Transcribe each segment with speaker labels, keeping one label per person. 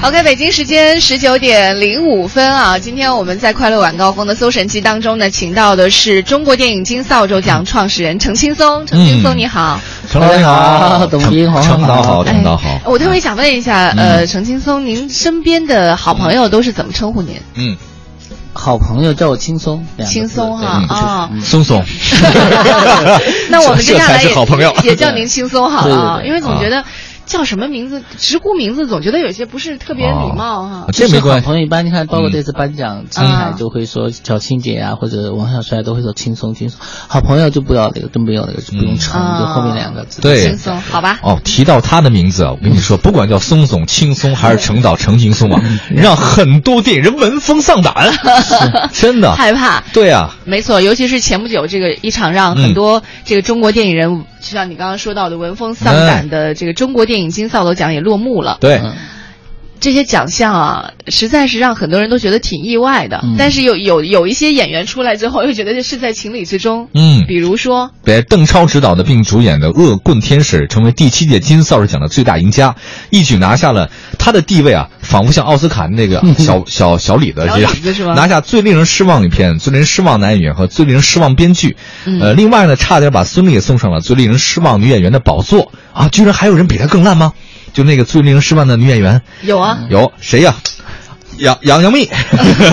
Speaker 1: OK，北京时间十九点零五分啊，今天我们在快乐晚高峰的搜神记当中呢，请到的是中国电影金扫帚奖创始人程青松，程青松
Speaker 2: 嗯
Speaker 1: 你好。
Speaker 2: 程老师好，
Speaker 3: 董斌好
Speaker 2: 程导好，
Speaker 3: 好
Speaker 2: 程导
Speaker 1: 哎
Speaker 2: 好。
Speaker 1: 我特别想问一下，呃，程青松，您身边的好朋友都是怎么称呼您？
Speaker 2: 嗯，
Speaker 3: 好朋友叫我轻松，两个字
Speaker 1: 轻松哈
Speaker 3: 对
Speaker 1: 啊
Speaker 3: 嗯
Speaker 2: 松松，
Speaker 1: 那我们接
Speaker 2: 这这
Speaker 1: 下来
Speaker 2: 才是
Speaker 1: 也
Speaker 2: 好朋友
Speaker 1: 也叫您轻松好了啊，
Speaker 3: 对对对
Speaker 1: 因为总觉得叫什么名字，直呼名字，总觉得有些不是特别
Speaker 2: 哦
Speaker 1: 礼貌哈。
Speaker 2: 这
Speaker 3: 就是
Speaker 2: 没关
Speaker 3: 好
Speaker 2: 系。
Speaker 3: 朋友一般你看，包括这次颁奖，青海
Speaker 1: 啊
Speaker 3: 都会说小青姐啊，或者王小帅都会说轻松轻松。好朋友就不要那个，就没有那个，就不用称，
Speaker 1: 嗯
Speaker 3: 就后面两个字。
Speaker 2: 对
Speaker 1: 轻松，好吧。
Speaker 2: 哦，提到他的名字啊，我跟你说，不管叫松松、轻松还是程导、程青松啊，让很多电影人闻风丧胆，真的。
Speaker 1: 害怕。
Speaker 2: 对啊，
Speaker 1: 没错，尤其是前不久这个一场让
Speaker 2: 嗯
Speaker 1: 很多这个中国电影人，就像你刚刚说到的闻风丧胆的这个中国电影金扫帚奖也落幕了。
Speaker 2: 对，
Speaker 3: 嗯，
Speaker 1: 这些奖项啊，实在是让很多人都觉得挺意外的。
Speaker 3: 嗯
Speaker 1: 但是有有有一些演员出来之后，又觉得这是在情理之中。
Speaker 2: 嗯
Speaker 1: 比如说，
Speaker 2: 被邓超执导的并主演的《恶棍天使》成为第七届金扫帚奖的最大赢家，一举拿下了他的地位啊，仿佛像奥斯卡 那个小小小李子一
Speaker 1: 小
Speaker 2: 样
Speaker 1: 李子是吧，
Speaker 2: 拿下最令人失望影片、最令人失望男演员和最令人失望编剧。
Speaker 1: 嗯
Speaker 2: 呃，另外呢，差点把孙俪也送上了最令人失望女演员的宝座啊！居然还有人比她更烂吗？就那个最令人失望的女演员，
Speaker 1: 有啊，
Speaker 2: 有谁呀？杨杨杨 幂，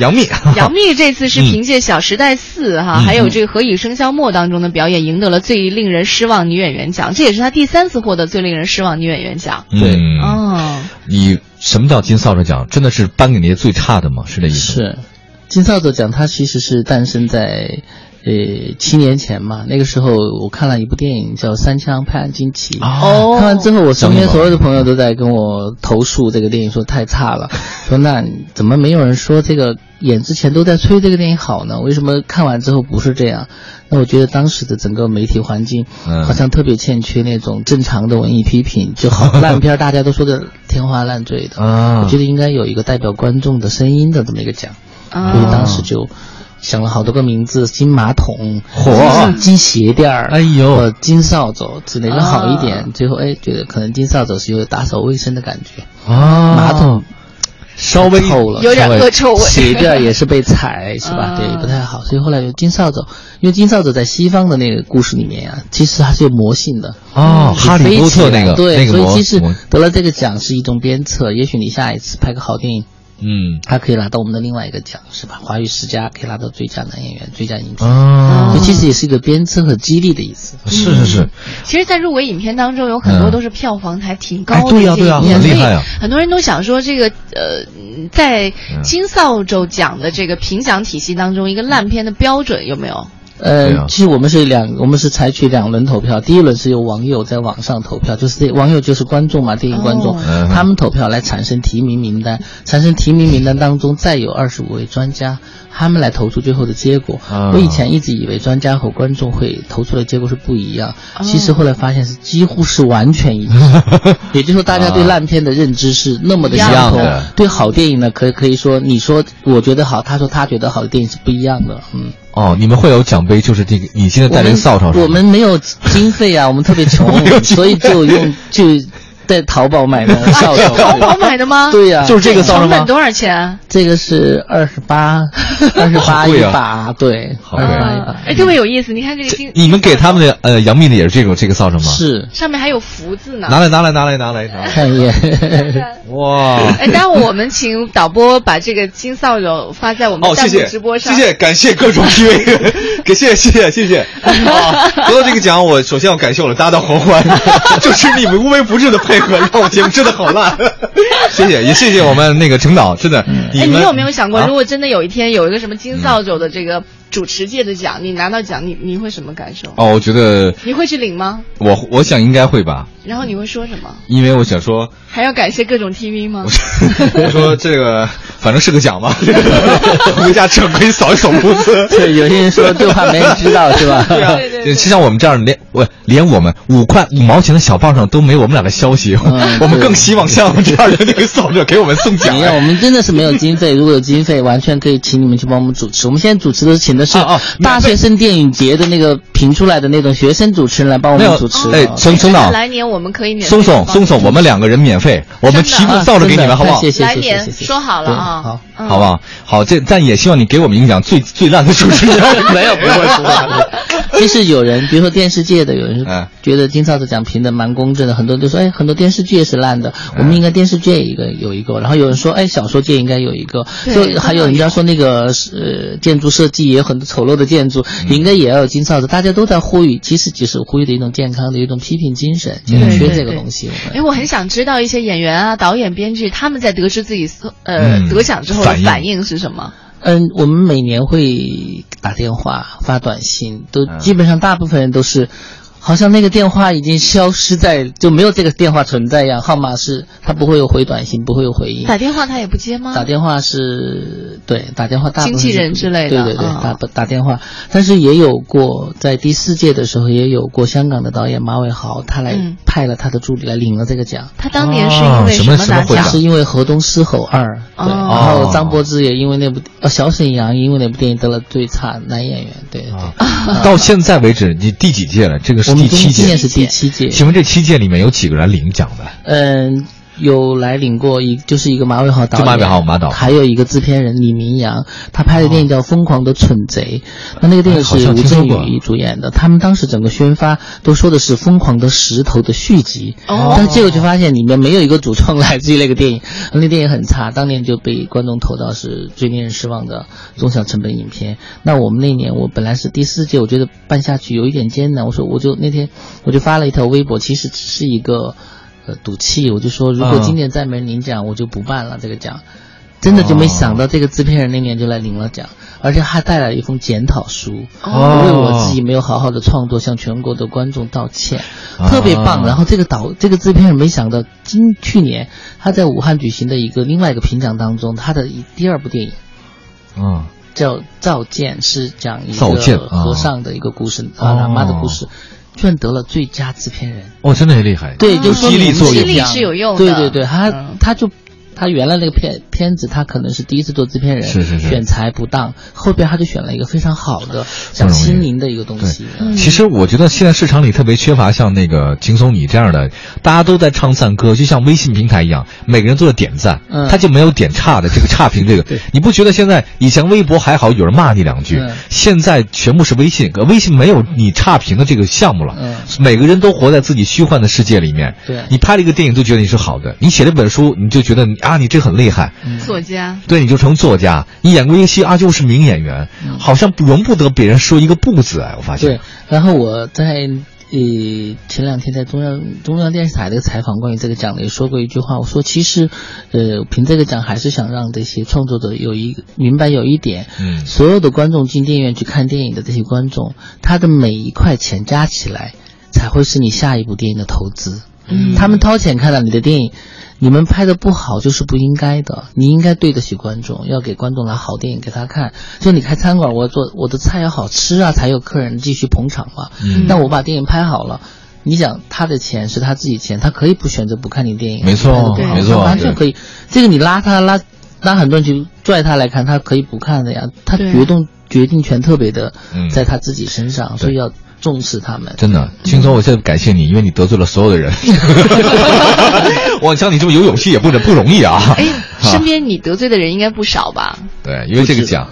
Speaker 2: 杨幂，
Speaker 1: 杨幂这次是凭借《小时代四》哈，
Speaker 2: 嗯
Speaker 1: 还有这个《何以笙箫默》当中的表演，赢得了最令人失望女演员奖，这也是她第三次获得最令人失望女演员奖。
Speaker 3: 对
Speaker 2: 嗯
Speaker 1: 哦，
Speaker 2: 你什么叫金扫帚奖？真的是颁给那些最差的吗？是这意思吗？
Speaker 3: 是金扫帚奖，它其实是诞生在。呃，七年前嘛，那个时候我看了一部电影叫《三枪拍案惊奇》，
Speaker 1: 哦
Speaker 3: 看完之后，我身边所有的朋友都在跟我投诉这个电影，说太差了，说那怎么没有人说这个演之前都在吹这个电影好呢？为什么看完之后不是这样？那我觉得当时的整个媒体环境
Speaker 2: 嗯
Speaker 3: 好像特别欠缺那种正常的文艺批评，就好烂片儿大家都说的天花乱坠的，
Speaker 2: 啊
Speaker 3: 我觉得应该有一个代表观众的声音的这么一个奖，所以
Speaker 2: 嗯
Speaker 1: 啊，
Speaker 3: 当
Speaker 2: 哦
Speaker 3: 时就。想了好多个名字，金马桶、
Speaker 2: 嚯
Speaker 3: 金鞋垫儿，
Speaker 2: 哎呦哦
Speaker 3: 呃金扫帚，只哪个好一点？
Speaker 1: 啊
Speaker 3: 最后哎，觉得可能金扫帚是有打扫卫生的感觉，
Speaker 2: 啊，
Speaker 3: 马桶
Speaker 2: 稍微
Speaker 3: 透了，
Speaker 1: 有点
Speaker 3: 稍微
Speaker 1: 恶
Speaker 2: 哦
Speaker 1: 臭味
Speaker 3: 鞋垫儿也是被踩，是
Speaker 1: 啊
Speaker 3: 吧？对，不太好。所以后来有金扫帚，因为金扫帚在西方的那个故事里面啊，其实它是有魔性的。
Speaker 2: 哦，
Speaker 3: 你
Speaker 2: 哈利
Speaker 3: 嗯飞
Speaker 2: 波
Speaker 3: 起
Speaker 2: 特
Speaker 3: 来
Speaker 2: 那个
Speaker 3: 对，
Speaker 2: 那个
Speaker 3: 所以
Speaker 2: 魔
Speaker 3: 其实
Speaker 2: 魔
Speaker 3: 得了这个奖是一种鞭策，也许你下一次拍个好电影，
Speaker 2: 嗯
Speaker 3: 还可以拿到我们的另外一个奖，是吧？华语十佳可以拿到最佳男演员、最佳影片，
Speaker 2: 啊
Speaker 3: 所以其实也是一个鞭策和激励的意思。
Speaker 2: 是是是，
Speaker 1: 其实，在入围影片当中，有很多
Speaker 2: 嗯
Speaker 1: 都是票房还挺
Speaker 2: 哎
Speaker 1: 高的
Speaker 2: 对
Speaker 1: 一
Speaker 2: 呀
Speaker 1: 些
Speaker 2: 对呀
Speaker 1: 影片，
Speaker 2: 很厉
Speaker 1: 所以
Speaker 2: 害呀啊
Speaker 1: 很多人都想说，这个呃，嗯在
Speaker 2: 嗯
Speaker 1: 金扫帚奖的这个评奖体系当中，一个烂片的标准有没有？
Speaker 2: 对啊
Speaker 3: 呃，其实我们是两，我们是采取两轮投票，第一轮是由网友在网上投票，就是这网友就是观众嘛，电影观众，
Speaker 1: 哦
Speaker 2: 嗯哼
Speaker 3: 他们投票来产生提名名单，产生提名名单当中再有二十五位专家，他们来投出最后的结果。
Speaker 2: 啊
Speaker 3: 我以前一直以为专家和观众会投出的结果是不一样，
Speaker 2: 啊
Speaker 1: 哦
Speaker 3: 其实后来发现是几乎是完全一致， 也就是说大家对烂片的认知是那么的
Speaker 1: 一
Speaker 3: 相
Speaker 1: 样
Speaker 3: 同
Speaker 2: 啊的，
Speaker 3: 对好电影呢，可以可以说你说我觉得好，他说他觉得好的电影是不一样的，嗯。
Speaker 2: 哦，你们会有奖杯，就是这个你现在带着一个扫帚是吗，
Speaker 3: 我们我们没有经费啊，我们特别 穷
Speaker 2: 没有，经费
Speaker 3: 所以就用就在淘宝买的扫帚。
Speaker 1: 淘 宝买的吗？
Speaker 3: 对呀、
Speaker 2: 嗯就是这个扫帚
Speaker 1: 成本
Speaker 2: 吗？
Speaker 1: 多少钱？
Speaker 3: 这个是二十 八，二十
Speaker 2: 好
Speaker 3: 八一
Speaker 2: 贵啊
Speaker 3: 把，对，
Speaker 2: 好
Speaker 3: 二
Speaker 2: 贵
Speaker 3: 十
Speaker 2: 对
Speaker 3: 八一把
Speaker 1: 啊，哎，特别有意思。你看这个金
Speaker 2: 这，你们给他们的呃杨幂的也是这种这个扫帚吗？
Speaker 3: 是
Speaker 1: 上面还有福字呢。
Speaker 2: 拿来拿来拿来拿来拿来，
Speaker 3: 看一眼。
Speaker 2: 哇！
Speaker 1: 哎，待会我们请导播把这个金扫帚发在我们
Speaker 2: 哦，
Speaker 1: 弹
Speaker 2: 谢
Speaker 1: 幕
Speaker 2: 谢，
Speaker 1: 直播上。
Speaker 2: 谢谢，感谢各种 PV，给谢谢谢谢谢谢。啊，得到这个奖，我首先要感谢我的搭档黄欢， 就是你们无微不至的配合，让我节目真的好烂。 谢谢，也谢谢我们那个程导，真的。
Speaker 1: 哎，
Speaker 2: 们
Speaker 1: 你有没有想过，
Speaker 2: 啊
Speaker 1: 如果真的有一天有一个什么金扫帚的这个主持界的奖，你拿到奖，你你会什么感受？
Speaker 2: 哦，我觉得
Speaker 1: 你会去领吗？
Speaker 2: 我我想应该会吧，
Speaker 1: 然后你会说什么？
Speaker 2: 因为我想说，
Speaker 1: 还要感谢各种 TV 吗？
Speaker 2: 我说这个反正是个奖嘛， 回家整可以扫一扫墓子。
Speaker 3: 对，有些人说就怕没人知 道，是吧？
Speaker 1: 对对对
Speaker 2: 就像我们这样连我连我们五块五毛钱的小报上都没有我们俩的消息，
Speaker 3: 嗯
Speaker 2: 我们更希望像我们这样的那个扫帚给我们送奖
Speaker 3: 你。看，我们真的是没有经费，如果有经费，完全可以请你们去帮我们主持。我们现在主持的是请的是
Speaker 2: 啊啊
Speaker 3: 大
Speaker 2: 免费
Speaker 3: 学生电影节的那个评出来的那种学生主持人来帮我
Speaker 2: 没有
Speaker 3: 们主持。
Speaker 2: 哎
Speaker 3: 啊
Speaker 2: 松松
Speaker 1: 那
Speaker 2: 导，
Speaker 1: 来年我们可以免费
Speaker 2: 松松
Speaker 1: 帮
Speaker 2: 松松，我们两个人免费，我们提供扫帚给你们，好不好
Speaker 3: 真的？谢谢
Speaker 1: 来
Speaker 3: 谢谢
Speaker 1: 年
Speaker 3: 谢谢。
Speaker 1: 说好了
Speaker 3: 对
Speaker 1: 啊
Speaker 3: 好，
Speaker 1: 嗯
Speaker 2: 好不好？好，这但也希望你给我们影响最最烂的主持人。
Speaker 3: 没有，不会，不 会。就是有人，比如说电视界的，有人
Speaker 2: 嗯
Speaker 3: 觉得金扫帚奖评的蛮公正的，很多人就说，哎，很多电视剧也是烂的，我们应该电视界一个有一个，然后有人说，哎，小说界应该有一个，
Speaker 1: 对
Speaker 3: 就还有人家说那个呃建筑设计也有很多丑陋的建筑，应该也要有金扫帚，大家都在呼吁，其实就是呼吁的一种健康的一种批评精神，现在
Speaker 1: 对
Speaker 3: 缺
Speaker 1: 对
Speaker 3: 这个
Speaker 1: 对
Speaker 3: 东西，我们
Speaker 1: 哎，我很想知道一些演员啊、导演、编剧他们在得知自己呃、
Speaker 2: 嗯
Speaker 1: 得奖之后的
Speaker 2: 反应
Speaker 1: 反应是什么？
Speaker 3: 嗯，我们每年会打电话、发短信，都
Speaker 2: 嗯
Speaker 3: 基本上大部分人都是，好像那个电话已经消失在，就没有这个电话存在一样，号码是它不会有回短信，不会有回应。
Speaker 1: 打电话他也不接吗？
Speaker 3: 打电话是对打电话大部分是
Speaker 1: 经纪人之类的
Speaker 3: 对对对，
Speaker 1: 嗯
Speaker 3: 打打电话，但是也有过在第四届的时候，也有过香港的导演马伟豪，他来、
Speaker 1: 嗯
Speaker 3: 派了他的助理来领了这个奖，
Speaker 1: 他当年是因为
Speaker 2: 哦什么
Speaker 1: 么
Speaker 2: 什么
Speaker 1: 拿
Speaker 2: 会
Speaker 1: 奖
Speaker 2: 长？
Speaker 3: 是因为《河东狮吼二》，对，
Speaker 1: 哦
Speaker 3: 然后张柏芝也因为那部呃小沈阳因为那部电影得了最差男演员，对，对
Speaker 2: 到现在为止，你第几届了？这个啊是
Speaker 3: 我
Speaker 2: 第
Speaker 3: 们今
Speaker 2: 七
Speaker 3: 今年
Speaker 2: 届。
Speaker 3: 是第七届，
Speaker 2: 请问这七届里面有几个人领奖的？
Speaker 3: 嗯。有来领过一，就是一个马伟豪导演，
Speaker 2: 就马伟豪马导
Speaker 3: 还有一个制片人李明阳，他拍的电影叫《疯狂的蠢贼》，那那个电影
Speaker 2: 哎好
Speaker 3: 是
Speaker 2: 像
Speaker 3: 吴
Speaker 2: 听说
Speaker 3: 镇
Speaker 2: 过
Speaker 3: 宇主演的。他们当时整个宣发都说的是《疯狂的石头》的续集，
Speaker 1: 哦
Speaker 3: 但结果就发现里面没有一个主创来自于那个电影，那电影很差，当年就被观众投到是最令人失望的中小成本影片。那我们那年我本来是第四届，我觉得办下去有一点艰难，我说我就那天我就发了一条微博，其实只是一个呃赌气，我就说如果
Speaker 2: 嗯
Speaker 3: 今年再没领奖，我就不办了这个奖。真的就没想到这个制片人那年就来领了奖，而且还带来了一封检讨书，
Speaker 2: 哦
Speaker 3: 为我自己没有好好的创作向全国的观众道歉，
Speaker 2: 哦
Speaker 3: 特别棒。然后这个导这个制片人没想到，今去年他在武汉举行的一个另外一个评奖当中，他的一第二部电影
Speaker 2: 嗯，
Speaker 3: 叫《照见》，是讲一
Speaker 2: 照见
Speaker 3: 个和尚的一个故事，
Speaker 2: 哦
Speaker 3: 啊喇嘛的故事，居然得了最佳制片人。
Speaker 2: 哦，真的很厉害。
Speaker 3: 对，
Speaker 1: 嗯
Speaker 3: 就说明
Speaker 2: 激励作用
Speaker 3: 这样
Speaker 1: 激励是有用的
Speaker 3: 对对对，他、
Speaker 1: 嗯
Speaker 3: 他就他原来那个片片子，他可能是第一次做制片人，
Speaker 2: 是是是
Speaker 3: 选材不当，后边他就选了一个非常好的
Speaker 2: 不
Speaker 3: 讲
Speaker 2: 容易
Speaker 3: 心灵的一个东西。
Speaker 1: 嗯
Speaker 2: 其实我觉得现在市场里特别缺乏像那个秦松你这样的，大家都在唱赞歌，就像微信平台一样，每个人都在点赞，
Speaker 3: 嗯
Speaker 2: 他就没有点差的这个差评这个
Speaker 3: 对。
Speaker 2: 你不觉得现在以前微博还好有人骂你两句
Speaker 3: 嗯，
Speaker 2: 现在全部是微信，呃微信没有你差评的这个项目了
Speaker 3: 嗯，
Speaker 2: 每个人都活在自己虚幻的世界里面。
Speaker 3: 对
Speaker 2: 你拍了一个电影都觉得你是好的，你写了一本书你就觉得你啊你这很厉害，
Speaker 3: 嗯
Speaker 1: 作家
Speaker 2: 对，你就成作家，你演过一个戏啊就是名演员，好像容不得别人说一个不字哎，我发现
Speaker 3: 嗯对。，然后我在呃前两天在中央中央电视台的采访关于这个奖的也说过一句话，我说其实呃凭这个奖还是想让这些创作者有一个明白有一点，
Speaker 2: 嗯
Speaker 3: 所有的观众进电影院去看电影的这些观众，他的每一块钱加起来才会是你下一部电影的投资。
Speaker 1: 嗯
Speaker 3: 他们掏钱看到你的电影，你们拍的不好就是不应该的，你应该对得起观众，要给观众拿好电影给他看。就你开餐馆，我做我的菜要好吃啊，才有客人继续捧场嘛。
Speaker 2: 嗯
Speaker 3: 但我把电影拍好了。你想他的钱是他自己钱，他可以不选择不看你电影，
Speaker 2: 没错
Speaker 3: 拍得不好
Speaker 1: 没
Speaker 2: 错
Speaker 3: 他完
Speaker 2: 对
Speaker 3: 全可以。这个你拉他拉拉很多人去拽他来看，他可以不看的呀。他
Speaker 1: 对
Speaker 3: 决定决定权特别的
Speaker 2: 嗯
Speaker 3: 在他自己身上，所以要重视他们。
Speaker 2: 真的，青松，我现在感谢你，因为你得罪了所有的 人。我像你这么有勇气也不不容易啊。
Speaker 1: 哎，身边你得罪的人应该不少吧？
Speaker 2: 对，因为这个奖，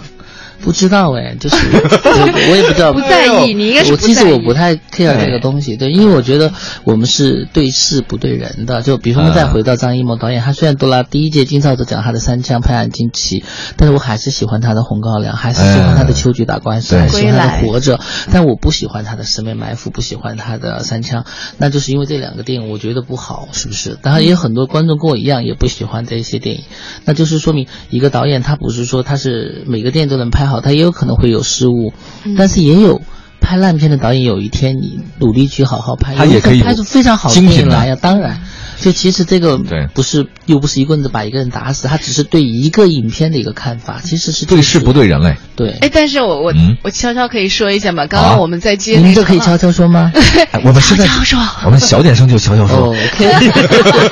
Speaker 3: 不知道哎， 就是我我也不知道，
Speaker 1: 不在意，你应该是
Speaker 3: 我
Speaker 1: 不
Speaker 3: 其实
Speaker 1: 在
Speaker 3: 我
Speaker 1: 意
Speaker 3: 不。太 care 这个东西，对，因为我觉得我们是对事不对人的。就比如说，再回到张艺谋导演，他虽然得了第一届金扫帚奖，他的《三枪拍案惊奇》，但是我还是喜欢他的《红高粱》，还是喜欢他
Speaker 1: 哎
Speaker 3: 的《秋菊打官司》，
Speaker 2: 嗯
Speaker 3: 还是喜欢他
Speaker 1: 归
Speaker 3: 的
Speaker 1: 来
Speaker 3: 《活着》，但我不喜欢他的《十面埋伏》，不喜欢他的《三枪》，那就是因为这两个电影我觉得不好，是不是？当然也有很多观众跟我一样也不喜欢这些电影，那就是说明一个导演他不是说他是每个电影都能拍好，他也有可能会有失误，
Speaker 2: 嗯
Speaker 3: 但是也有。拍烂片的导演，有一天你努力去好好拍，
Speaker 2: 他也可以
Speaker 3: 有一天拍出非常好的电
Speaker 2: 精
Speaker 3: 影
Speaker 2: 品的
Speaker 3: 来呀。当然，就其实这个
Speaker 2: 对
Speaker 3: 不是又不是一棍子把一个人打死，他只是对一个影片的一个看法，其实是
Speaker 2: 对事不对人嘞。
Speaker 3: 对。
Speaker 1: 哎，但是我我、
Speaker 2: 嗯
Speaker 1: 我悄悄可以说一下嘛，刚
Speaker 2: 好啊
Speaker 1: 刚我们在接
Speaker 3: 你
Speaker 1: 那
Speaker 3: 们
Speaker 1: 个
Speaker 3: 这可以悄悄说吗？
Speaker 2: 哎我们现在
Speaker 1: 悄悄说
Speaker 2: 我们小点声就悄悄
Speaker 3: 哦
Speaker 2: 说。
Speaker 3: ，OK，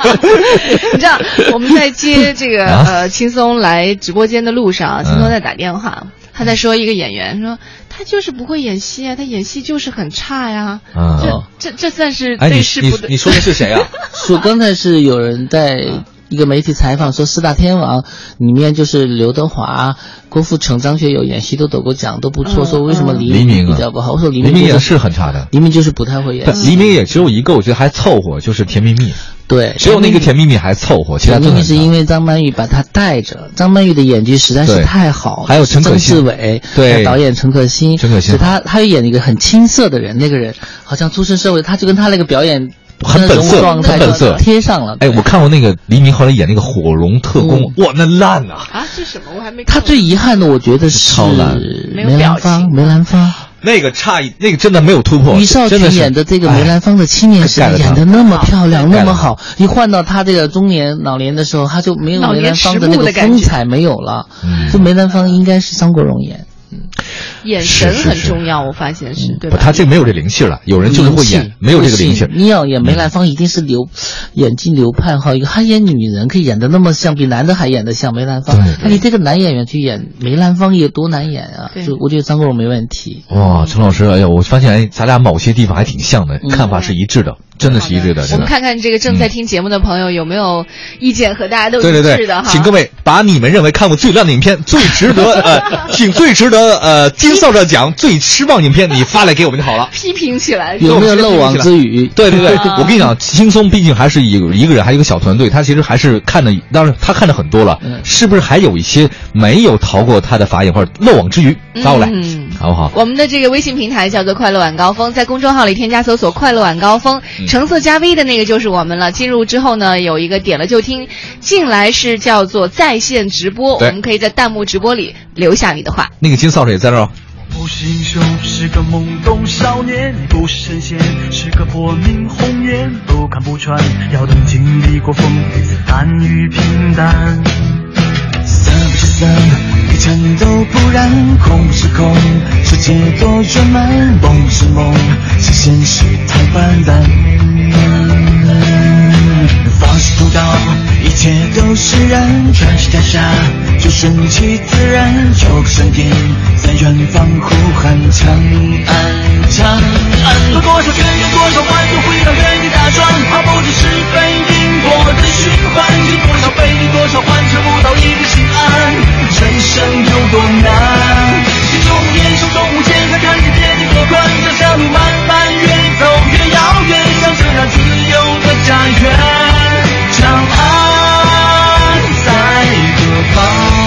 Speaker 1: 你知道我们在接这个、
Speaker 2: 啊
Speaker 1: 呃轻松来直播间的路上啊，
Speaker 2: 嗯
Speaker 1: 轻松在打电话，他在说一个演员说他就是不会演戏啊，他演戏就是很差呀、
Speaker 2: 嗯，
Speaker 1: 这这这算是
Speaker 2: 哎，你
Speaker 1: 对事
Speaker 2: 你
Speaker 1: 不对。
Speaker 2: 你说的是谁啊？
Speaker 3: 说刚才是有人在一个媒体采访说四大天王里面就是刘德华、郭富城、张学友演戏都得过奖，都不错，
Speaker 1: 嗯
Speaker 3: 说为什么黎
Speaker 2: 黎明
Speaker 3: 比
Speaker 2: 啊
Speaker 3: 较不好？我说黎
Speaker 2: 黎明
Speaker 3: 就
Speaker 2: 也
Speaker 3: 是
Speaker 2: 是很差的，
Speaker 3: 黎明就是不太会演
Speaker 2: 但
Speaker 3: 戏，
Speaker 2: 黎明也只有一个，我觉得还凑合，就是《甜蜜蜜》，
Speaker 1: 哎
Speaker 3: 对，
Speaker 2: 只有那个《甜蜜蜜》还凑合，其他
Speaker 3: 甜
Speaker 2: 都
Speaker 3: 蜜
Speaker 2: 很
Speaker 3: 蜜是因
Speaker 2: 差。
Speaker 3: 为张曼玉把她带着，张曼玉的演技实在是
Speaker 2: 对
Speaker 3: 太好，
Speaker 2: 还有陈可
Speaker 3: 曾
Speaker 2: 辛
Speaker 3: 志伟，
Speaker 2: 对
Speaker 3: 还有导演陈可辛，
Speaker 2: 陈可辛
Speaker 3: 所以她她演了一个很青涩的人，那个人好像出身社会，她就跟她那个表演
Speaker 2: 很本色
Speaker 3: 人物状态
Speaker 2: 很本色
Speaker 3: 贴上了。
Speaker 2: 哎，我看过那个黎明后来演那个《火龙特工》，
Speaker 1: 嗯
Speaker 2: 哇，那烂呐！
Speaker 1: 啊，这什么？我还没看
Speaker 3: 她
Speaker 1: 过。
Speaker 3: 最遗憾的，我觉得是
Speaker 2: 超烂
Speaker 1: 没
Speaker 3: 梅
Speaker 1: 有表
Speaker 3: 兰
Speaker 1: 情
Speaker 3: 芳，梅兰芳，
Speaker 2: 那个差一，那个真的没有突破。
Speaker 3: 于少
Speaker 2: 真
Speaker 3: 群
Speaker 2: 的是哎
Speaker 3: 演的这个梅兰芳的青年时
Speaker 2: 盖
Speaker 3: 代
Speaker 2: 了她
Speaker 3: 演的那么漂
Speaker 2: 盖了
Speaker 3: 亮，那
Speaker 2: 她
Speaker 3: 么好，一换到她这个中年老年的时候，她就没有
Speaker 1: 老
Speaker 3: 梅
Speaker 1: 年
Speaker 3: 兰芳的
Speaker 1: 迟
Speaker 3: 那
Speaker 1: 暮
Speaker 3: 个
Speaker 1: 的感觉
Speaker 3: 风采没有了
Speaker 2: 嗯。
Speaker 3: 就梅兰芳应该是张国荣演。
Speaker 1: 眼神
Speaker 2: 是是
Speaker 1: 很
Speaker 2: 是
Speaker 1: 重要，我发现是对
Speaker 2: 不，
Speaker 1: 吧？
Speaker 2: 他这没有这灵气了。有人就是会演，没有这个灵气嗯
Speaker 3: 不。信你要演梅兰芳，一定是流演技流派哈。一个他演女人可以演的那么像，比男的还演的像梅兰芳
Speaker 2: 对。对
Speaker 3: 那你这个男演员去演梅兰芳也多难演啊！
Speaker 1: 对
Speaker 3: 就我觉得张国荣没问题。
Speaker 2: 哇，陈老师，哎呀，我发现哎，咱俩某些地方还挺像的，看法是一致的，真的是一致的，
Speaker 1: 我
Speaker 2: 真
Speaker 1: 们
Speaker 2: 的。
Speaker 1: 看看这个正在听节目的朋友有没有意见和大家都
Speaker 2: 对对
Speaker 1: 一致
Speaker 2: 对
Speaker 1: 的，哈。
Speaker 2: 请各位把你们认为看过最烂的影片、最值得呃，请最值得呃金扫帚奖最失望影片，你发来给我们就好了。
Speaker 1: 批评起来，
Speaker 3: 有没有漏网之鱼？ 啊
Speaker 2: 对 对对，我跟你讲，轻松毕竟还是有一个人，还有一个小团队，他其实还是看的，当然他看的很多了，
Speaker 3: 嗯
Speaker 2: 是不是还有一些没有逃过他的法眼或者漏网之鱼，发过来，
Speaker 1: 嗯
Speaker 2: 好不好？
Speaker 1: 我们的这个微信平台叫做“快乐晚高峰”，在公众号里添加搜索“快乐晚高峰”，
Speaker 2: 嗯
Speaker 1: 橙色加 V 的那个就是我们了。进入之后呢，有一个点了就听，进来是叫做在线直播，我
Speaker 2: 对
Speaker 1: 们可以在弹幕直播里留下你的话。
Speaker 2: 那个金扫帚也在这儿哦。
Speaker 4: 不是英雄，是个懵懂少年；不是神仙，是个薄命红颜。不看不穿，要等经历过风雨，才甘于平淡。色不是色，一尘都不染；空不是空，世界多圆满；梦不是梦，是现实太斑斓。放肆独到，一切都释然。穿起袈裟，就顺其自然。求个身影，在远方呼喊长安，长安。喝多少根烟，多少欢，都回到原地打转。话不只是非因果的循环，有多少悲，多少欢，却不到一个心安。人生有多难？心中无言，手中无剑，才看见天地多宽。这条路漫漫，越走越遥远，向着那自由的家园。长安在何方？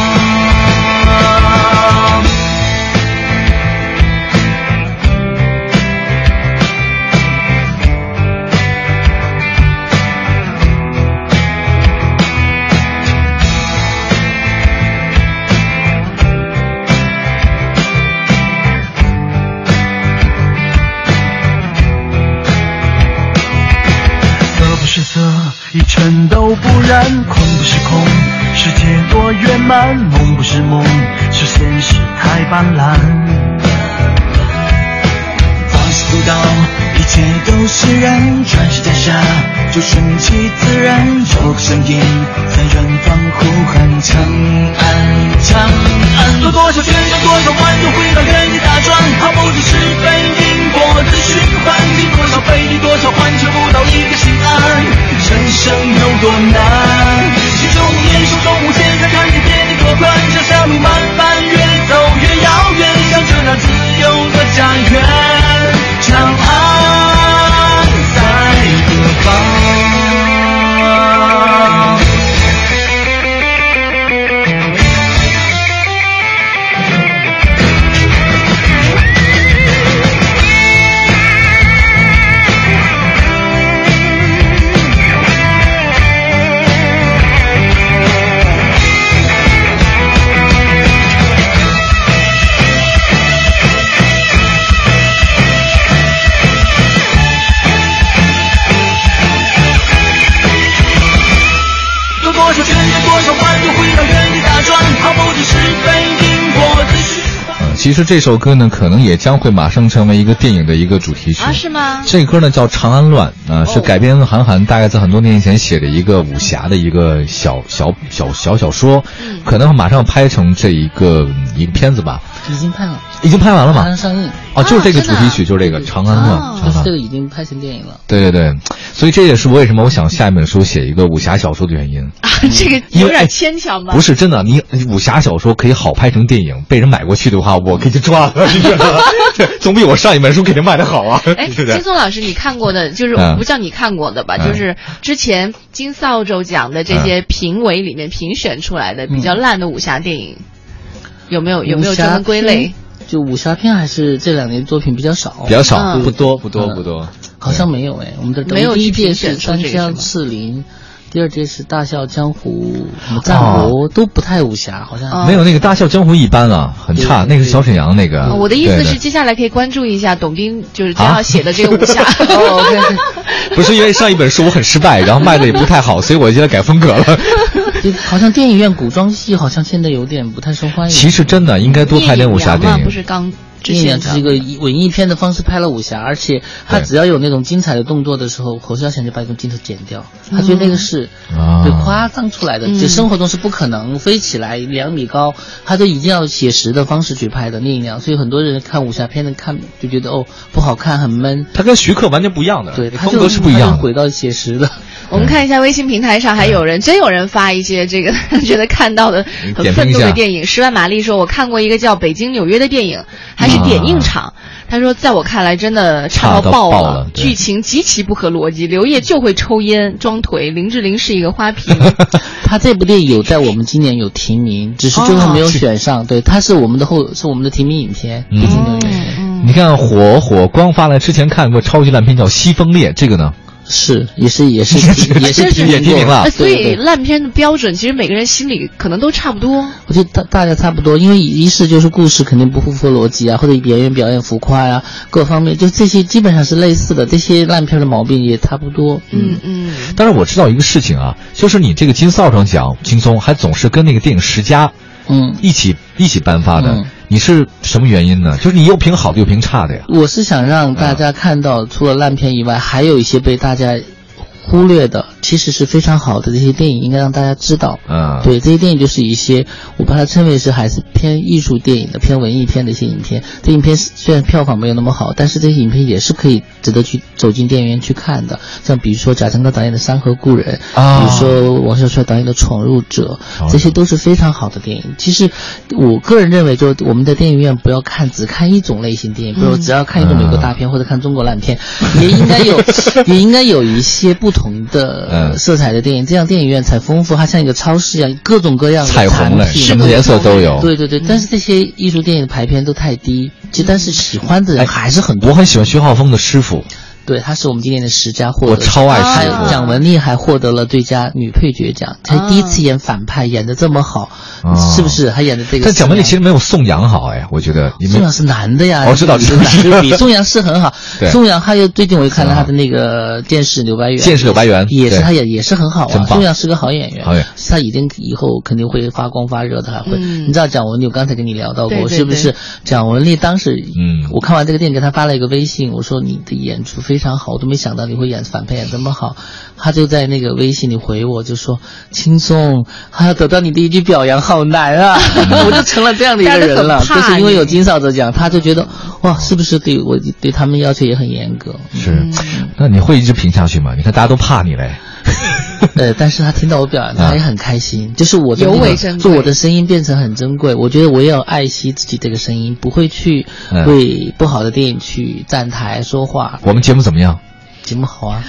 Speaker 4: 色不是色，一尘都不染；空不是空，世界多圆满；梦不是梦，是现实太斑斓。放肆独到，一切都释然。穿上袈裟，就顺其自然。有个声音在远方呼喊：长安，长安。有多少圈，有多少弯，又回到原地打转。毫不只是非因果的循环，经多少悲，多少欢，却不到一个心安。人生有多难？心中无言，手中无剑，才看见天地多宽。这条路漫漫，越走越遥远，向着那自由的家园。长安在何方？的话就会让原地打转，毫不的十分因果自序。
Speaker 2: 嗯，其实这首歌呢，可能也将会马上成为一个电影的一个主题曲。
Speaker 1: 啊，是吗？
Speaker 2: 这歌呢叫《长安乱》
Speaker 3: 哦
Speaker 2: 啊，是改编韩寒大概在很多年以前写的一个武侠的一个小小小小小说，
Speaker 3: 嗯
Speaker 2: 可能马上拍成这一个嗯一个片子吧，
Speaker 3: 已经拍了，
Speaker 2: 已经拍完了
Speaker 3: 马上
Speaker 2: 吗？
Speaker 3: 上映，
Speaker 2: 哦，就是这个
Speaker 1: 啊
Speaker 2: 主
Speaker 1: 真的啊
Speaker 2: 题曲，就是这个《长安乱
Speaker 1: 哦》。
Speaker 3: 就
Speaker 2: 长
Speaker 3: 是
Speaker 2: 安
Speaker 3: 这个已经拍成电影了。
Speaker 2: 对对对，所以这也是为什么我想下面说写一个武侠小说的原因。
Speaker 1: 啊， 这个
Speaker 2: 因
Speaker 1: 有
Speaker 2: 为哎
Speaker 1: 点牵强吧？
Speaker 2: 不是真的，你武侠小说可以好拍成电影，被人买过去的话，我给你赚 了，你知道吗？对总比我上一本书给人卖的好啊，
Speaker 1: 哎，
Speaker 2: 对不对
Speaker 1: 金？松老师，你看过的，就是
Speaker 2: 嗯
Speaker 1: 不叫你看过的吧，
Speaker 2: 嗯
Speaker 1: 就是之前金扫帚奖的这些评委里面评选出来的比
Speaker 2: 嗯
Speaker 1: 较烂的武侠电影，有没有有没有
Speaker 3: 武
Speaker 1: 专
Speaker 3: 侠
Speaker 1: 门归类？
Speaker 3: 片？就武侠片还是这两年作品比较少，
Speaker 2: 比较少，
Speaker 1: 嗯
Speaker 2: 不多，不多，
Speaker 3: 嗯
Speaker 2: 不多。
Speaker 3: 好像没有哎。我们的
Speaker 1: 没有
Speaker 3: 第
Speaker 1: 去
Speaker 3: 一
Speaker 1: 评
Speaker 3: 届
Speaker 1: 选
Speaker 3: 是《
Speaker 1: 出这
Speaker 3: 三
Speaker 1: 个是
Speaker 3: 江
Speaker 1: 吗
Speaker 3: 四邻》，第二届是《大笑江湖》，什么《战
Speaker 2: 哦
Speaker 3: 国》都不太武侠，好像
Speaker 1: 哦
Speaker 2: 嗯没有那个《大笑江湖》一般啊，很差。
Speaker 3: 对
Speaker 2: 那个小沈阳那个
Speaker 1: 啊，我的意思
Speaker 2: 嗯对
Speaker 1: 是，
Speaker 2: 对
Speaker 1: 接下来可以关注一下董斌，就是将
Speaker 2: 啊
Speaker 1: 要写的这个武 侠。
Speaker 3: 哦，OK，
Speaker 2: 不是因为上一本书我很失败，然后卖的也不 太好，所以我现在改风格
Speaker 1: 哎
Speaker 2: 了。
Speaker 3: 就好像电影院古装戏好像现在有点不太受欢迎。
Speaker 2: 其实真的应该多拍点武侠
Speaker 1: 聂
Speaker 2: 电
Speaker 1: 隐娘嘛啊
Speaker 2: 影嗯
Speaker 1: 不。是刚之
Speaker 3: 电
Speaker 1: 前
Speaker 3: 影就是一
Speaker 1: 的。
Speaker 3: 个以文艺片的方式拍了武侠，而且他
Speaker 2: 对
Speaker 3: 只要有那种精彩的动作的时候，侯孝贤就把一个镜头剪掉，他觉得那个是
Speaker 2: 啊
Speaker 3: 被夸张出来的，
Speaker 1: 嗯
Speaker 3: 就生活中是不可能飞起来两米高，他都一定要写实的方式去拍的那样，所以很多人看武侠片的看就觉得哦不好看，很闷。
Speaker 2: 它跟徐克完全不一样的，
Speaker 3: 对，他
Speaker 2: 风
Speaker 3: 就
Speaker 2: 格是不一
Speaker 3: 他
Speaker 2: 样
Speaker 3: 就回
Speaker 2: 的。
Speaker 3: 到写实了。
Speaker 1: 我们看一下微信平台上还有人真有人发一些这个 觉得看到的很
Speaker 2: 嗯点
Speaker 1: 愤
Speaker 2: 评一
Speaker 1: 怒
Speaker 2: 下
Speaker 1: 的电影。十万玛丽说，我看过一个叫《北京纽约》的电影，还是点映场。他说，在我看来真的差
Speaker 2: 啊差到
Speaker 1: 爆
Speaker 2: 爆了对
Speaker 1: 剧情极其不合逻辑。刘烨就会抽烟装腿，林志玲是一个花 瓶。嗯
Speaker 3: 他这部电影有在我们今年有提名，只是最后没有选上。对，他是我们的后是我们的提名影片，
Speaker 2: 嗯
Speaker 3: 毕竟纽约
Speaker 1: 嗯，
Speaker 2: 你看火火光发来之前看过超级烂片叫《西风烈》，这个呢，
Speaker 3: 是也是也是也是
Speaker 1: 真是
Speaker 3: 提名
Speaker 2: 也提
Speaker 3: 过
Speaker 2: 名了
Speaker 1: 那呃所
Speaker 3: 对
Speaker 1: 以
Speaker 3: 对
Speaker 1: 烂片的标准，其实每个人心里可能都差不多。
Speaker 3: 我觉得大大家差不多，因为一是就是故事肯定不符合逻辑啊，或者演员表演浮夸呀、各方面就这些基本上是类似的，这些烂片的毛病也差不多。
Speaker 1: 嗯，嗯，
Speaker 2: 但是我知道一个事情啊，就是你这个金扫帚奖，金松还总是跟那个电影十佳
Speaker 3: 嗯，
Speaker 2: 一起一起颁发的
Speaker 3: 嗯，
Speaker 2: 你是什么原因呢？就是你又评好的又评差的呀。
Speaker 3: 我是想让大家看到，除了烂片以外，还有一些被大家忽略的，其实是非常好的这些电影，应该让大家知道。
Speaker 2: 嗯，
Speaker 3: 对，这些电影就是一些我把它称为是还是偏艺术电影的、偏文艺片的一些影片。这影片虽然票房没有那么好，但是这些影片也是可以值得去走进电影院去看的。像比如说贾樟柯导演的《山河故人》
Speaker 2: 啊哦
Speaker 3: 比如说王小帅导演的《闯入者
Speaker 2: 闯入》，者
Speaker 3: 这些都是非常好的电影。其实我个人认为，就我们在电影院不要看只看一种类型
Speaker 2: 嗯
Speaker 3: 电影，比如只要看一种美国大片或者看中国烂片， 也应 该有也应该有一些不同的
Speaker 2: 嗯
Speaker 3: 呃色彩的电影，这样电影院才丰富，它像一个超市一样，各种各样的
Speaker 2: 彩虹
Speaker 3: 产
Speaker 2: 了，
Speaker 3: 品
Speaker 2: 什么颜色都有。
Speaker 3: 对对对，但是这些艺术电影的排片都太低，其实但是喜
Speaker 2: 哎
Speaker 3: 欢的人还是很多。
Speaker 2: 我很喜欢徐浩峰的师傅，
Speaker 3: 对，她是我们今年的十佳获
Speaker 2: 我
Speaker 3: 得者。
Speaker 2: 超爱
Speaker 3: 还
Speaker 2: 师
Speaker 3: 有
Speaker 1: 啊
Speaker 2: 傅。
Speaker 3: 蒋雯丽还获得了最佳女配角奖，她第一次演反派，演的这么好
Speaker 2: 啊，
Speaker 3: 是不是？还演的这个。
Speaker 2: 但蒋雯丽其实没有宋阳好哎，我觉得你
Speaker 3: 宋
Speaker 2: 们
Speaker 3: 阳是啊男的呀，
Speaker 2: 哦知道
Speaker 3: 女
Speaker 2: 知
Speaker 3: 的
Speaker 2: 道知道
Speaker 3: 比宋阳是很好
Speaker 2: 对。啊
Speaker 3: 宋阳还有最近我又看了他的那个《剑士柳白猿》，
Speaker 2: 见识柳白猿
Speaker 3: 也是
Speaker 2: 对
Speaker 3: 他也也是很好
Speaker 2: 真
Speaker 3: 啊，
Speaker 2: 棒
Speaker 3: 宋阳是个好演员，
Speaker 2: 好演员
Speaker 3: 他一定以后肯定会发光发热的，还会。
Speaker 1: 嗯
Speaker 3: 你知道蒋雯丽，我刚才跟你聊到
Speaker 1: 对
Speaker 3: 过，
Speaker 1: 对
Speaker 3: 是不是？蒋雯丽当时，
Speaker 2: 嗯
Speaker 3: 我看完这个电影，给她发了一个微信，我说你的演出非常好，我都没想到你会演反派演这么好。她就在那个微信里回我，就说轻松，还要得到你的一句表扬好难啊， 我就成了这样的一个人
Speaker 1: 大家
Speaker 3: 了，
Speaker 1: 都很
Speaker 3: 就
Speaker 1: 怕
Speaker 3: 是因为有
Speaker 1: 你
Speaker 3: 金扫帚奖，她就觉得哇，是不是对我对他们要求也很严 格？
Speaker 2: 是，那你会一直评下去吗？你看大家都怕你嘞。
Speaker 3: 呃，但是他听到我表扬，他也很开心，就是我的那
Speaker 1: 尤
Speaker 3: 个
Speaker 1: 为啊珍贵
Speaker 3: 就我的声音变成很珍贵。我觉得我也要爱惜自己这个声音，不会去
Speaker 2: 嗯
Speaker 3: 为不好的电影去站台说话。
Speaker 2: 我们节目怎么样？
Speaker 3: 节目好啊，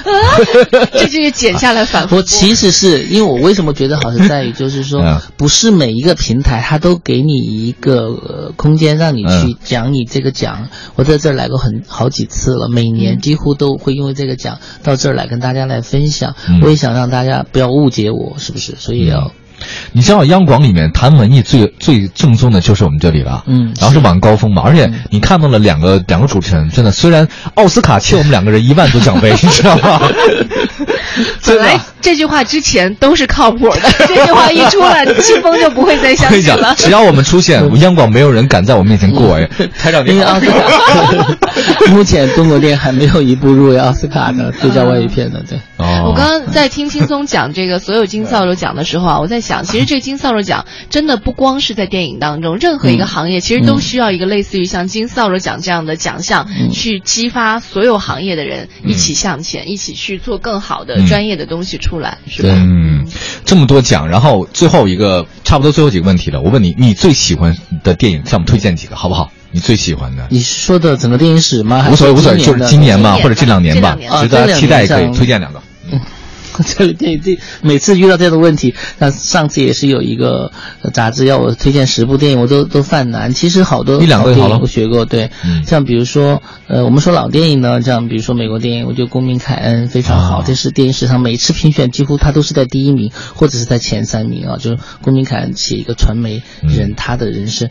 Speaker 1: 这就是剪下来反复。
Speaker 3: 我其实是因为我为什么觉得好是在 于，就是
Speaker 2: 嗯
Speaker 3: 说不是每一个平台它都给你一个呃空间让你
Speaker 2: 嗯
Speaker 3: 去讲你这个奖。我在这儿来过很好几次了，每
Speaker 2: 嗯
Speaker 3: 年几乎都会因为这个奖到这儿来跟大家来分享
Speaker 2: 嗯。
Speaker 3: 我也想让大家不要误解我，是不是？所以要。
Speaker 2: 你知道央广里面谈文艺最最正宗的就是我们这里了，
Speaker 3: 嗯
Speaker 2: 然后是晚高峰嘛，而且你看到了两个两个主持人， 真的，虽然奥斯卡欠我们两个人一万多奖杯，你知道吗？
Speaker 1: 本
Speaker 2: 真的
Speaker 1: 来这句话之前都是靠谱的，这句话一出来，清风就不会再
Speaker 2: 我
Speaker 1: 相
Speaker 2: 跟你
Speaker 1: 信
Speaker 2: 讲
Speaker 1: 了，。
Speaker 2: 只要我们出现，央广没有人敢在我面前过哎。台长
Speaker 3: 因
Speaker 2: 你
Speaker 3: 为
Speaker 2: 好
Speaker 3: 奥，斯 卡，目前中国电影还没有一部入围奥斯卡的最佳外语片的，对。
Speaker 2: 哦
Speaker 1: 我刚刚在听轻松讲这个所有金扫帚奖的时候啊，我在想，其实这个金扫帚奖真的不光是在电影当中，任何一个行业其实都需要一个类似于像金扫帚奖这样的奖项，去激发所有行业的人一起向前，一起去做更好的
Speaker 2: 嗯
Speaker 1: 专业的东西出来，是吧？
Speaker 3: 对
Speaker 2: 嗯，这么多奖，然后最后一个差不多最后几个问题了，我问你，你最喜欢的电影，向我们推荐几个好不好？你最喜欢的，
Speaker 3: 你是说的整个电影史吗？还
Speaker 2: 无所谓无所谓，
Speaker 3: 啊今
Speaker 2: 就是
Speaker 3: 的
Speaker 2: 今年嘛，
Speaker 1: 今年
Speaker 2: 或者这两年吧
Speaker 1: 这两，年
Speaker 2: 值得大家期待也可
Speaker 3: 这
Speaker 2: 以
Speaker 3: 两年
Speaker 2: 推荐两个。嗯
Speaker 3: 这个电影这每次遇到这样的问题，那上次也是有一个呃杂志要我推荐十部电影，我都都犯难。其实好多
Speaker 2: 一两个就好
Speaker 3: 好电
Speaker 2: 了
Speaker 3: 影我学过，对，
Speaker 2: 嗯
Speaker 3: 像比如说呃，我们说老电影呢，像比如说美国电影，我觉得《公民凯恩》非常好，
Speaker 2: 啊
Speaker 3: 这是电影史上每次评选几乎它都是在第一名或者是在前三名啊，就是《公民凯恩》写一个传媒人、
Speaker 2: 嗯
Speaker 3: 他的人生。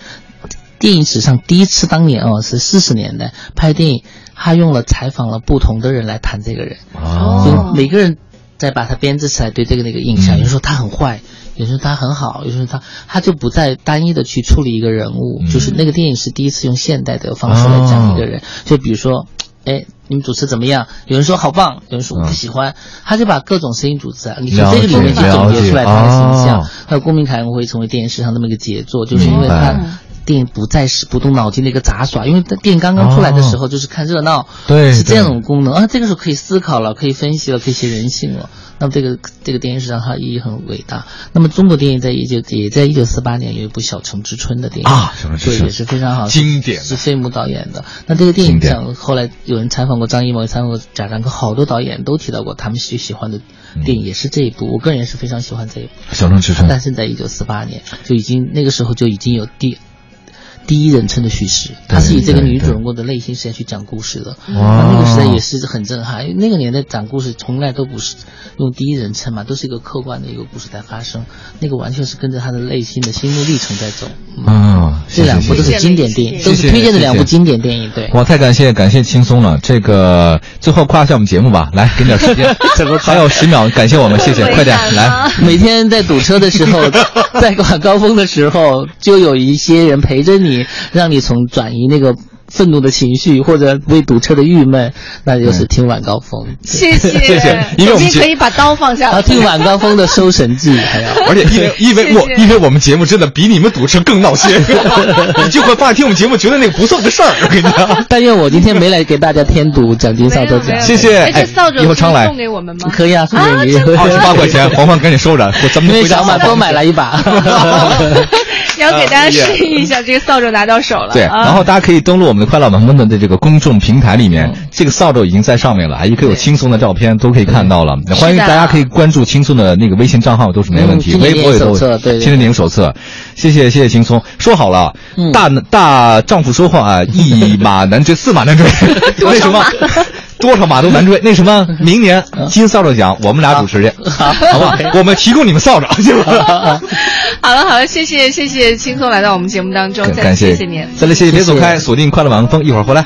Speaker 3: 电影史上第一次，当年哦是四十年代拍电影，他用了采访了不同的人来谈这个人，
Speaker 1: 哦
Speaker 3: 所以每个人再把它编织起来对这个那个印象，
Speaker 2: 嗯
Speaker 3: 有人说他很坏，有人说他很好，有人说他他就不再单一的去处理一个人物，
Speaker 2: 嗯哦
Speaker 3: 就是那个电影是第一次用现代的方式来讲一个人，就比如说。哎，你们主持怎么样？有人说好棒，有人说我不喜
Speaker 2: 嗯
Speaker 3: 欢，他就把各种声音主持啊，你从
Speaker 2: 了
Speaker 3: 这个里面去
Speaker 2: 解
Speaker 3: 总结出来他的形
Speaker 2: 了解哦
Speaker 3: 象。还有《公民凯恩》会成为电影史上那么一个杰作，就是因为
Speaker 2: 明白
Speaker 3: 他电影不再是不动脑筋的一个杂耍，因为它电影刚刚出来的时候就是看热闹，
Speaker 2: 哦对
Speaker 3: 是这样一种功能啊。这个时候可以思考了，可以分析了，可以写人性了。那么这个这个电影史上它意义很伟大。那么中国电影在一九也在一九四八年有一部《小城之春》的电影
Speaker 2: 啊小城之春
Speaker 3: 哦对也是非常好，
Speaker 2: 经典的
Speaker 3: 是费穆导演的。那这个电影
Speaker 2: 经典
Speaker 3: 讲后来有人采访过张艺谋，也采访过贾樟柯，好多导演都提到过他们最喜欢的
Speaker 2: 嗯
Speaker 3: 电影也是这一部。我个人也是非常喜欢这一部。
Speaker 2: 小城之春
Speaker 3: 诞生在一九四八年，就已经那个时候就已经有第第一人称的叙事，它是以这个女主人公的内心世界去讲故事的。那那个时代也是很震撼，因为那个年代讲故事从来都不是用第一人称嘛，都是一个客观的一个故事在发生，那个完全是跟着她的内心的心路历程在走。嗯，
Speaker 2: 啊，
Speaker 3: 这两部都是经典电影，都是推荐的两部经典电影。对，
Speaker 2: 哇，太感谢感谢轻松了。这个最后夸一下我们节目吧，来给你点时间，还有十秒，感谢我们，谢谢，快点来。
Speaker 3: 每天在堵车的时候，在晚高峰的时候，就有一些人陪着你，让你从转移那个愤怒的情绪，或者为堵车的郁闷，那就是听晚高峰。
Speaker 1: 谢谢，
Speaker 2: 谢谢因为我们啊
Speaker 1: 已经可以把刀放下
Speaker 3: 然后
Speaker 1: 了。
Speaker 3: 听晚高峰的《收神记》，还有
Speaker 2: 而且因为因为我
Speaker 1: 谢谢
Speaker 2: 因为我们节目真的比你们堵车更闹心， 你就会发现听我们节目觉得那个不算个事儿。我跟你 讲，
Speaker 3: 但愿我今天没来给大家添堵，讲金扫帚
Speaker 1: 没有
Speaker 3: 奖
Speaker 1: 没有，
Speaker 2: 谢谢，
Speaker 1: 哎，这扫帚
Speaker 2: 以后常来
Speaker 1: 送，给我们吗？
Speaker 3: 可以啊，送给你
Speaker 2: 二十八块钱，黄黄赶紧收着，我咱
Speaker 3: 因
Speaker 2: 们
Speaker 3: 为
Speaker 2: 回家
Speaker 3: 小
Speaker 2: 好
Speaker 3: 马
Speaker 2: 不好
Speaker 3: 多买了 一把。
Speaker 1: 要给大家示意一下，这个扫帚拿到手了。
Speaker 2: 对，
Speaker 1: 啊
Speaker 2: 然后大家可以登录我们的快乐晚风的这个公众平台里面，这个扫帚已经在上面了，也可以有轻松的照片，都可以看到了。欢迎大家可以关注轻松的那个微信账号，都是没问题。
Speaker 3: 嗯
Speaker 2: 微博也都
Speaker 3: 青年电影手册对对
Speaker 2: 青年电影手册。谢谢谢谢轻松，说好了，
Speaker 3: 嗯
Speaker 2: 大大丈夫说话啊，一马难追，四马难追，为什么？多少马都难追，那什么，明年金扫帚奖我们俩主持去，好不好？我们提供你们扫帚，行吗？
Speaker 1: 好了好了，谢谢谢谢青松来到我们节目当中，再
Speaker 2: 感
Speaker 1: 次
Speaker 2: 谢
Speaker 1: 谢谢您。
Speaker 2: 再来谢谢，别走
Speaker 3: 谢谢
Speaker 2: 开，锁定快乐晚风，一会儿回来。